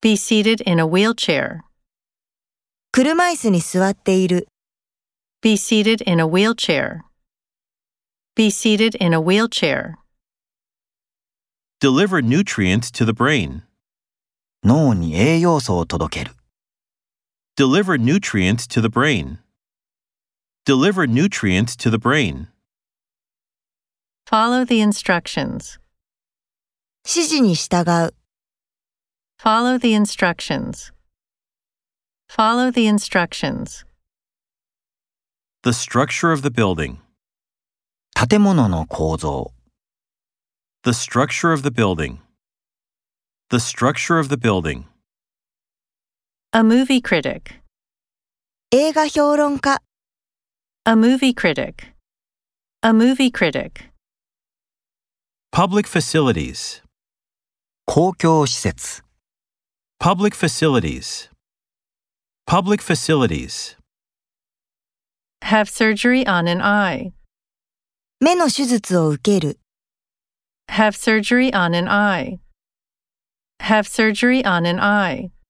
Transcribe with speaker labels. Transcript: Speaker 1: Be seated in a wheelchair.
Speaker 2: 車椅子に座っている。
Speaker 1: Be seated in a wheelchair. Be seated in a wheelchair.
Speaker 3: Deliver nutrients to the brain.
Speaker 4: 脳に栄養素を届ける。
Speaker 3: Deliver nutrients to the brain. Deliver nutrients to the brain.
Speaker 1: Follow the instructions.
Speaker 2: 指示に従う。
Speaker 1: Follow the instructions. Follow the instructions.
Speaker 3: The structure of the building.
Speaker 4: 建物の構造。
Speaker 3: The structure of the building. The structure of the building.
Speaker 1: A movie critic.
Speaker 2: 映画評論家。
Speaker 1: A movie critic. A movie critic.
Speaker 3: Public facilities.
Speaker 4: 公共施設。
Speaker 3: Public facilities. Public facilities.
Speaker 1: Have surgery on an eye.
Speaker 2: 目の手術を受ける。
Speaker 1: Have surgery on an eye. Have surgery on an eye.